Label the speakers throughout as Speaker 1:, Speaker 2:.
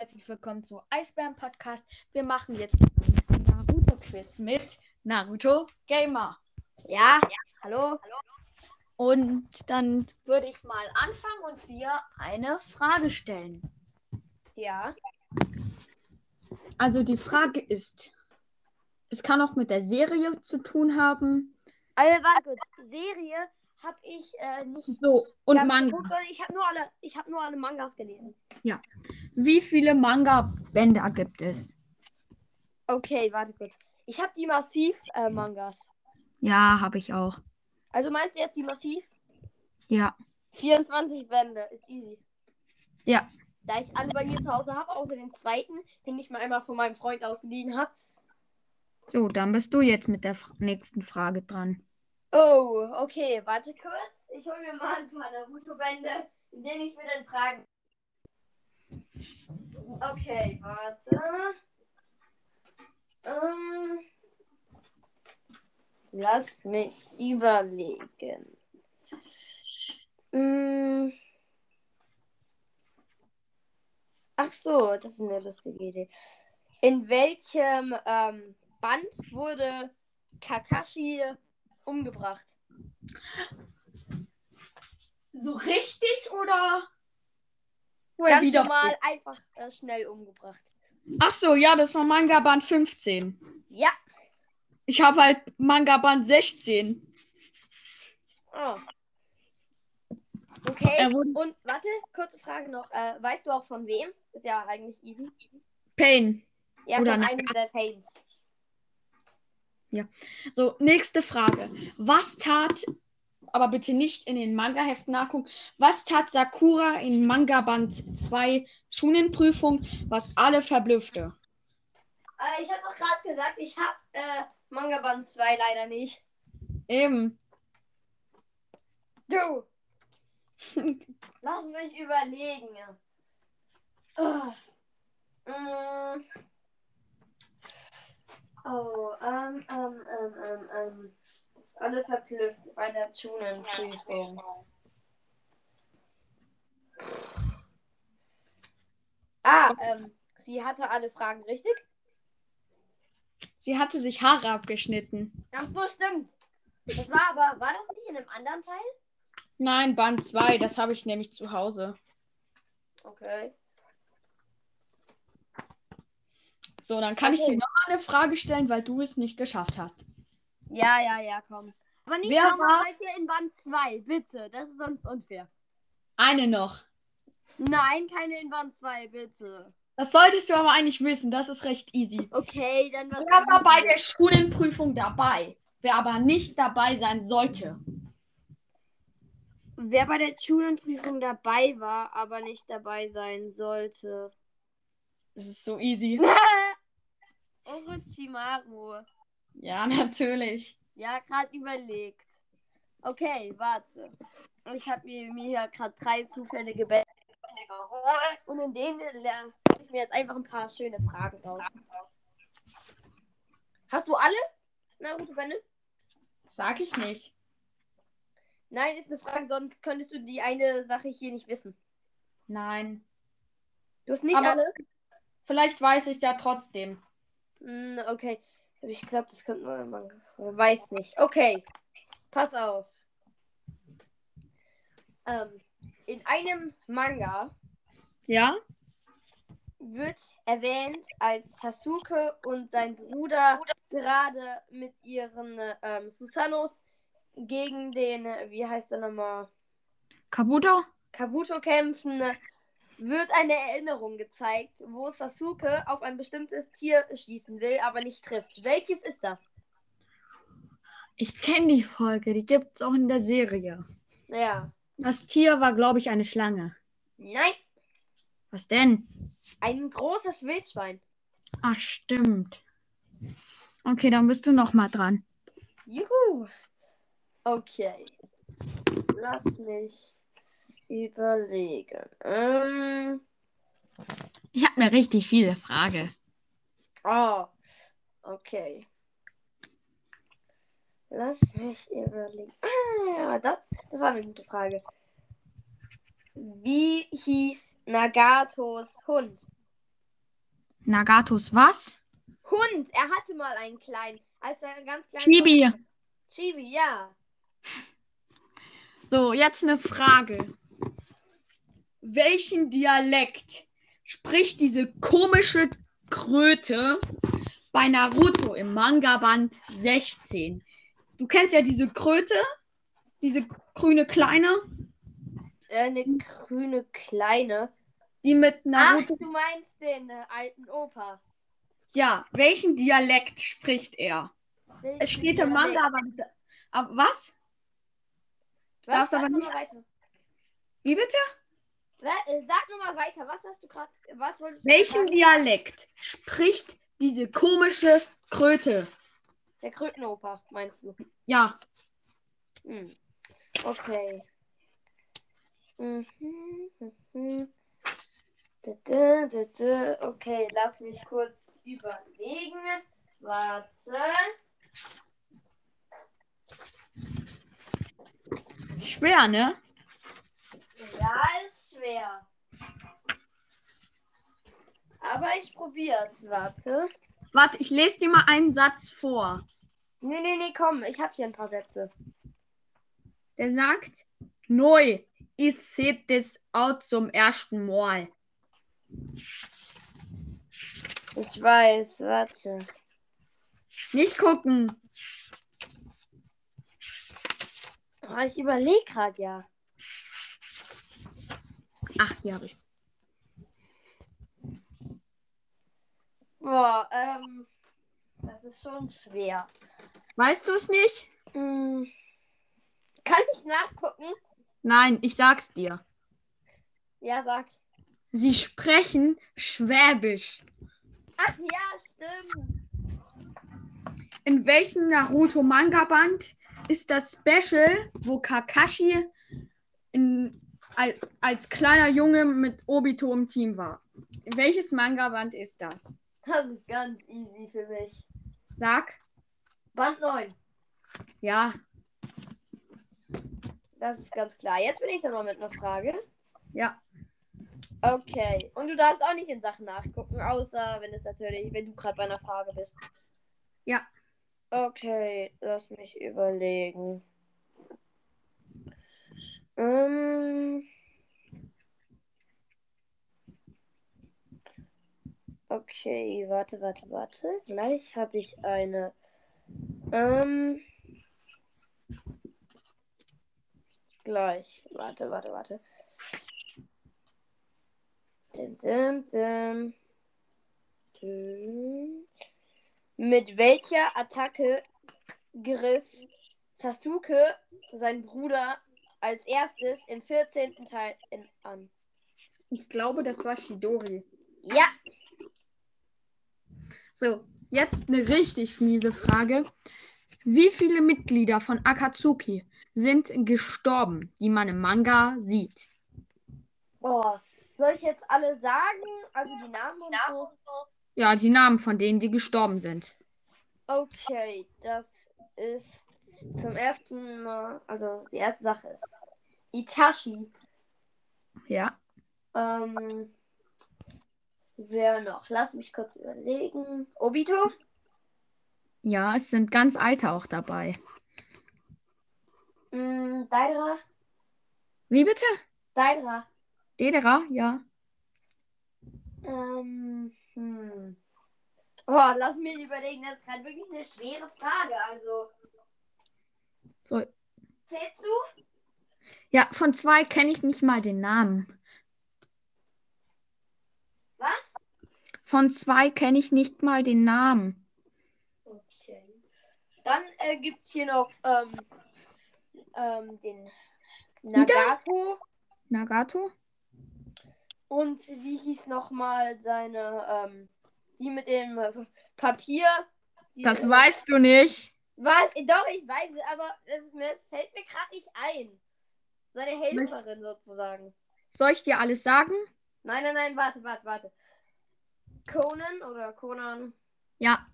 Speaker 1: herzlich willkommen zu Eisbären Podcast. Wir machen jetzt ein Naruto Quiz mit Naruto Gamer.
Speaker 2: Ja, hallo.
Speaker 1: Und dann würde ich mal anfangen und dir eine Frage stellen.
Speaker 2: Ja.
Speaker 1: Also die Frage ist, es kann auch mit der Serie zu tun haben.
Speaker 2: Also, warte kurz. Serie habe ich äh, nicht.
Speaker 1: So, und
Speaker 2: ganz
Speaker 1: Manga.
Speaker 2: geguckt, sondern Ich habe nur, alle- ich hab nur alle Mangas gelesen.
Speaker 1: Wie viele Manga-Bänder gibt es?
Speaker 2: Okay, warte kurz. Ich habe die Massiv-Mangas.
Speaker 1: Ja, habe ich auch.
Speaker 2: also meinst du jetzt die Massiv?
Speaker 1: Ja.
Speaker 2: 24 Bände, ist easy.
Speaker 1: Ja.
Speaker 2: Da ich alle bei mir zu Hause habe, außer den zweiten, den ich mal einmal von meinem Freund ausgeliehen habe.
Speaker 1: So, dann bist du jetzt mit der Fra- nächsten Frage dran.
Speaker 2: Oh, okay, warte kurz. Ich hole mir mal ein paar Naruto-Bände, in denen ich mir dann Fragen. Okay, warte. Ähm, lass mich überlegen. Mm. Ach so, das ist eine lustige Idee. In welchem ähm, Band wurde Kakashi umgebracht?
Speaker 1: So richtig oder?
Speaker 2: Ganz normal, einfach äh, schnell umgebracht.
Speaker 1: Ach so, ja, das war Manga Band 15.
Speaker 2: Ja.
Speaker 1: Ich habe halt Manga Band 16.
Speaker 2: Oh. Okay.
Speaker 1: Er wurde-
Speaker 2: Und warte, kurze Frage noch. Äh, weißt du auch von wem? Ist ja eigentlich easy.
Speaker 1: Pain.
Speaker 2: Ja,
Speaker 1: Oder
Speaker 2: von
Speaker 1: ne-
Speaker 2: einem der Pains.
Speaker 1: So, nächste Frage. Was tat, aber bitte nicht in den Manga-Heften nachgucken, was tat Sakura in Manga Band 2 Schunenprüfung, was alle verblüffte?
Speaker 2: Äh, ich habe doch gerade gesagt, ich habe äh, Manga Band 2 leider nicht.
Speaker 1: Eben.
Speaker 2: Du! Lass mich überlegen. Oh, mm. oh ähm, ähm, ähm, ähm, ähm. Ist alle verblüfft bei der Tunen-Prüfung. Ah, ähm, sie hatte alle Fragen richtig?
Speaker 1: Sie hatte sich Haare abgeschnitten.
Speaker 2: Ach so, stimmt. Das war aber, war das nicht in einem anderen Teil?
Speaker 1: Nein, Band 2, das habe ich nämlich zu Hause.
Speaker 2: Okay.
Speaker 1: So, dann kann ich
Speaker 2: Okay.
Speaker 1: dir noch eine Frage stellen, weil du es nicht geschafft hast.
Speaker 2: Ja, ja, ja, komm. Aber nicht
Speaker 1: Wer war-
Speaker 2: nochmal seid ihr in Band 2, bitte. Das ist sonst unfair.
Speaker 1: Eine noch.
Speaker 2: Nein, keine in Band 2, bitte.
Speaker 1: Das solltest du aber eigentlich wissen, das ist recht easy.
Speaker 2: Okay, dann was.
Speaker 1: Wer war bei der Schulenprüfung dabei? Wer aber nicht dabei sein sollte.
Speaker 2: Wer bei der Tunen-Prüfung dabei war, aber nicht dabei sein sollte.
Speaker 1: Das ist so easy.
Speaker 2: Orochimaru.
Speaker 1: Ja, natürlich.
Speaker 2: Ja, gerade überlegt. Okay, warte. Ich habe mir, mir ja gerade drei zufällige Bälle geholt. Und in denen lerne ich mir jetzt einfach ein paar schöne Fragen raus. Hast du alle? Naruto-Bände?
Speaker 1: Sag ich nicht.
Speaker 2: Nein, ist eine Frage, sonst könntest du die eine Sache hier nicht wissen.
Speaker 1: Nein.
Speaker 2: Du hast nicht
Speaker 1: Aber-
Speaker 2: alle?
Speaker 1: Vielleicht weiß ich es ja trotzdem.
Speaker 2: Hm, okay. Aber Ich glaube, das könnte nur ein Manga. Weiß nicht. Okay. Pass auf. Ähm, in einem Manga
Speaker 1: Ja?
Speaker 2: wird erwähnt, als Sasuke und sein Bruder gerade mit ihren ähm, Susanos gegen den, äh, wie heißt er nochmal?
Speaker 1: Kabuto?
Speaker 2: Kabuto kämpfen, wird eine Erinnerung gezeigt, wo Sasuke auf ein bestimmtes Tier schießen will, aber nicht trifft. Welches ist das?
Speaker 1: Ich kenne die Folge, die gibt es auch in der Serie.
Speaker 2: Ja.
Speaker 1: Das Tier war, glaube ich, eine Schlange.
Speaker 2: Nein,
Speaker 1: Was denn?
Speaker 2: ein großes Wildschwein.
Speaker 1: Ach, stimmt. Okay, dann bist du noch mal dran.
Speaker 2: Juhu. Okay. Lass mich überlegen. Ähm,
Speaker 1: Ich habe eine richtig viele Frage.
Speaker 2: oh. Okay. Lass mich überlegen. Ah, ja, das, das war eine gute Frage. Wie hieß Nagatos Hund?
Speaker 1: Nagatos was?
Speaker 2: Hund, er hatte mal einen kleinen, als er ganz klein
Speaker 1: Chibi.
Speaker 2: Chibi, ja.
Speaker 1: So, jetzt eine Frage. Welchen Dialekt spricht diese komische Kröte bei Naruto im Manga-Band 16? Du kennst ja diese Kröte, diese grüne Kleine,
Speaker 2: Äh, Eine grüne Kleine.
Speaker 1: die mit
Speaker 2: Ach,
Speaker 1: Naruto.
Speaker 2: du meinst den äh, alten Opa.
Speaker 1: Ja, welchen Dialekt spricht er? Es steht im Manga, aber. aber was?
Speaker 2: Was?
Speaker 1: darfst
Speaker 2: Sag
Speaker 1: aber
Speaker 2: noch
Speaker 1: nicht-
Speaker 2: mal Weiter.
Speaker 1: Wie bitte?
Speaker 2: Wa- äh, Sag nochmal weiter, was hast du gerade, was wolltest du
Speaker 1: Welchen
Speaker 2: grad-
Speaker 1: Dialekt spricht diese komische Kröte?
Speaker 2: Der Krötenopa, meinst du?
Speaker 1: Ja,
Speaker 2: Hm. Okay. Mhm, mhm. Da, da, da, da. Okay, lass mich kurz überlegen. Warte.
Speaker 1: schwer, ne?
Speaker 2: Ja, ist schwer. Aber ich probier's. Warte.
Speaker 1: Warte, ich lese dir mal einen Satz vor.
Speaker 2: Nee, nee, nee, komm. Ich hab hier ein paar Sätze.
Speaker 1: Der sagt, Neu, ich seht das auch zum ersten Mal.
Speaker 2: Ich weiß, warte.
Speaker 1: Nicht gucken.
Speaker 2: Oh, ich überleg grad ja.
Speaker 1: Ach, hier habe ich's.
Speaker 2: Boah, ähm. Das ist schon schwer.
Speaker 1: Weißt du es nicht?
Speaker 2: Hm. Kann ich nachgucken?
Speaker 1: Nein, ich sag's dir.
Speaker 2: Ja, sag.
Speaker 1: Sie sprechen Schwäbisch.
Speaker 2: Ach ja, stimmt.
Speaker 1: In welchem Naruto-Manga-Band ist das Special, wo Kakashi in, al- als kleiner Junge mit Obito im Team war? Welches Manga-Band ist das?
Speaker 2: Das ist ganz easy für mich.
Speaker 1: Sag,
Speaker 2: Band 9.
Speaker 1: ja,
Speaker 2: Das ist ganz klar. Jetzt bin ich dann mal mit einer Frage.
Speaker 1: ja.
Speaker 2: Okay. Und du darfst auch nicht in Sachen nachgucken, außer wenn es natürlich, wenn du gerade bei einer Frage bist.
Speaker 1: Ja.
Speaker 2: Okay, lass mich überlegen. Ähm. Okay, warte, warte, warte. Gleich habe ich eine. Ähm. Gleich. Warte, warte, warte. Dim, dim, dim. Dim. Mit welcher Attacke griff Sasuke sein Bruder als erstes im 14. Teil in, an?
Speaker 1: Ich glaube, das war Shidori.
Speaker 2: Ja,
Speaker 1: So, jetzt eine richtig fiese Frage. Wie viele Mitglieder von Akatsuki sind gestorben, die man im Manga sieht?
Speaker 2: boah. Soll ich jetzt alle sagen? Also die Namen und so?
Speaker 1: Ja, die Namen von denen, die gestorben sind.
Speaker 2: Okay, das ist zum ersten Mal, also die erste Sache ist Itachi.
Speaker 1: Ja.
Speaker 2: Ähm, wer noch? Lass mich kurz überlegen. Obito?
Speaker 1: Ja, es sind ganz alte auch dabei.
Speaker 2: Mm, Daidra?
Speaker 1: Wie bitte?
Speaker 2: Daidra.
Speaker 1: Dedera? Ja.
Speaker 2: Ähm, hm. Oh, lass mich überlegen, das ist gerade wirklich eine schwere Frage. Also,
Speaker 1: So.
Speaker 2: zählst du?
Speaker 1: Ja, von zwei kenne ich nicht mal den Namen.
Speaker 2: Was?
Speaker 1: Von zwei kenne ich nicht mal den Namen.
Speaker 2: Okay. Dann äh, gibt es hier noch ähm, ähm, den Nagato
Speaker 1: Nagato?
Speaker 2: und wie hieß nochmal seine, ähm, die mit dem äh, Papier. Die-
Speaker 1: Das weißt du nicht.
Speaker 2: Was? Doch, ich weiß es, aber es mir- es fällt mir gerade nicht ein. Seine Helferin sozusagen.
Speaker 1: Soll ich dir alles sagen?
Speaker 2: Nein, nein, nein, warte, warte, warte. Conan oder Conan.
Speaker 1: Ja.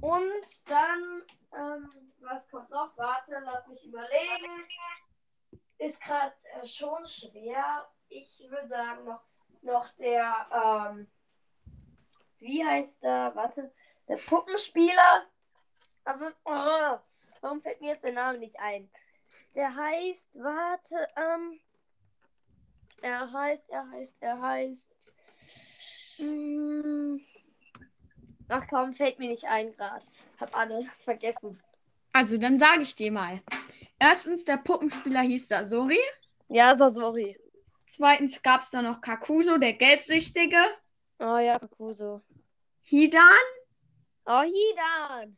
Speaker 2: Und dann, ähm, was kommt noch? Warte, lass mich überlegen. Ist gerade äh, schon schwer. Ich würde sagen, noch, noch der, ähm, wie heißt der, warte, der Puppenspieler? Aber, oh, warum fällt mir jetzt der Name nicht ein? Der heißt, warte, ähm, er heißt, er heißt, er heißt, mm, ach komm, fällt mir nicht ein gerade. Hab alle vergessen.
Speaker 1: Also, dann sage ich dir mal. Erstens, der Puppenspieler hieß Sasori.
Speaker 2: Ja, Sasori.
Speaker 1: Zweitens gab es da noch Kakuso, der Gelbsüchtige.
Speaker 2: Oh ja, Kakuso.
Speaker 1: Hidan,
Speaker 2: Oh, Hidan.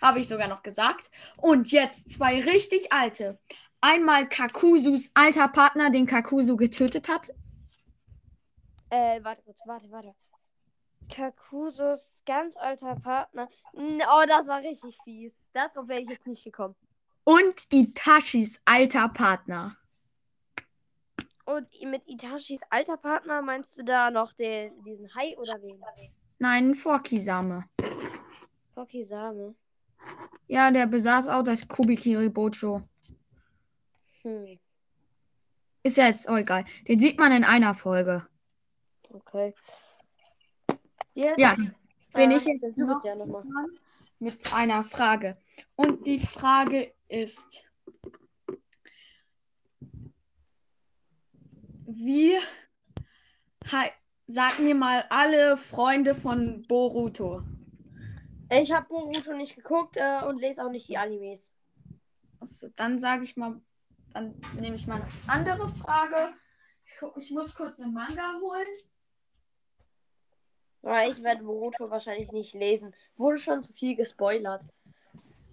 Speaker 1: habe ich sogar noch gesagt. Und jetzt zwei richtig alte. Einmal Kakusus alter Partner, den Kakusu getötet hat.
Speaker 2: Äh, warte kurz, warte, warte. Kakusos ganz alter Partner. N- Oh, das war richtig fies. Darauf wäre ich jetzt nicht gekommen.
Speaker 1: Und Itachis alter Partner.
Speaker 2: Und mit Itachis alter Partner meinst du da noch den, diesen Hai oder wen?
Speaker 1: Nein, Forkisame.
Speaker 2: Pokisame.
Speaker 1: Ja, der besaß auch das Kubikiribocho.
Speaker 2: Hm,
Speaker 1: Ist ja jetzt auch egal. Den sieht man in einer Folge.
Speaker 2: okay. Jetzt,
Speaker 1: Ja, bin ich
Speaker 2: jetzt Äh, du bist ja nochmal.
Speaker 1: mit einer Frage. Und die Frage ist, wie hei- sag mir mal alle Freunde von Boruto.
Speaker 2: Ich habe Boruto nicht geguckt äh, und lese auch nicht die Animes.
Speaker 1: Also, dann sage ich mal, dann nehme ich mal eine andere Frage. Ich, gu- ich muss kurz einen Manga holen.
Speaker 2: Weil ich werde Boruto wahrscheinlich nicht lesen. Wurde schon zu viel gespoilert.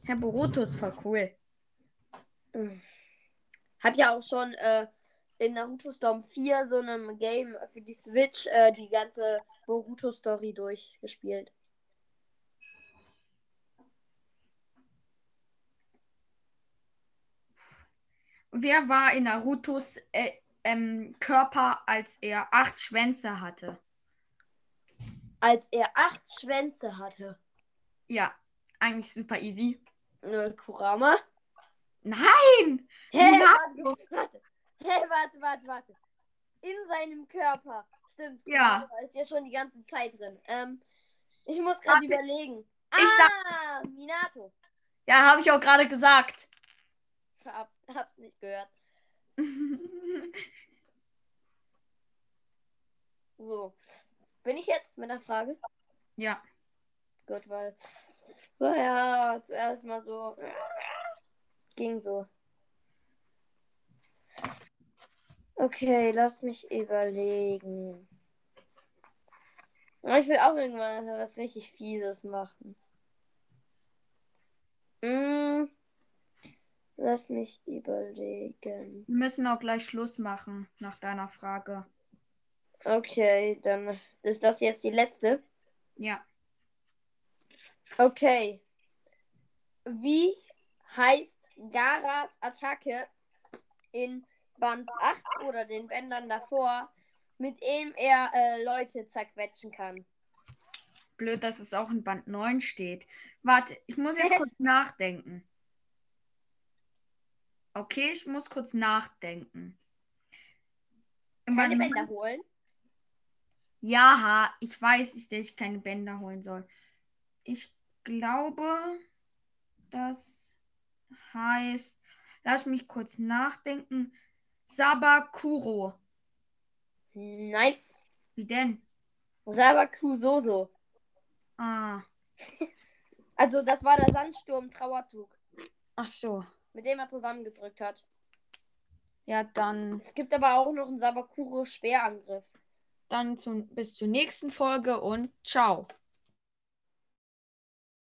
Speaker 1: Herr Boruto ist voll cool. Hm.
Speaker 2: Hab ja auch schon äh, in Naruto Storm 4 so einem Game für die Switch äh, die ganze Boruto-Story durchgespielt.
Speaker 1: Wer war in Narutos äh, ähm, Körper, als er acht Schwänze hatte?
Speaker 2: Als er acht Schwänze hatte.
Speaker 1: Ja, eigentlich super easy.
Speaker 2: Äh, Kurama.
Speaker 1: Nein!
Speaker 2: Hä,
Speaker 1: Naruto.
Speaker 2: warte, warte. Hä, warte, warte, warte. In seinem Körper. Stimmt.
Speaker 1: Ja.
Speaker 2: Kurama Ist ja schon die ganze Zeit drin. Ähm, ich muss
Speaker 1: Warte.
Speaker 2: gerade überlegen. Ah,
Speaker 1: Ich
Speaker 2: Minato.
Speaker 1: Ja, habe ich auch gerade gesagt.
Speaker 2: Hab, hab's nicht gehört. So. Bin ich jetzt mit einer Frage?
Speaker 1: ja.
Speaker 2: Gut, weil. Naja, zuerst mal so. Ging so. Okay, lass mich überlegen. Aber Ich will auch irgendwann was richtig Fieses machen. Mm, lass mich überlegen.
Speaker 1: Wir müssen auch gleich Schluss machen nach deiner Frage.
Speaker 2: Okay, dann ist das jetzt die letzte.
Speaker 1: Ja.
Speaker 2: Okay. Wie heißt Garas Attacke in Band 8 oder den Bändern davor, mit dem er äh, Leute zerquetschen kann?
Speaker 1: Blöd, dass es auch in Band 9 steht. Warte, ich muss jetzt kurz nachdenken. Okay, ich muss kurz nachdenken. In
Speaker 2: Keine
Speaker 1: Band
Speaker 2: Bänder
Speaker 1: 9,
Speaker 2: holen?
Speaker 1: ja, ha, ich weiß nicht, dass ich keine Bänder holen soll. Ich glaube, das heißt, lass mich kurz nachdenken. Sabakuro.
Speaker 2: Nein.
Speaker 1: Wie denn?
Speaker 2: Sabakusoso.
Speaker 1: Ah,
Speaker 2: Also, das war der Sandsturm-Trauerzug,
Speaker 1: ach so.
Speaker 2: mit dem er zusammengedrückt hat.
Speaker 1: Ja, dann,
Speaker 2: Es gibt aber auch noch einen Sabakuro-Speerangriff.
Speaker 1: dann zum, bis zur nächsten Folge und ciao.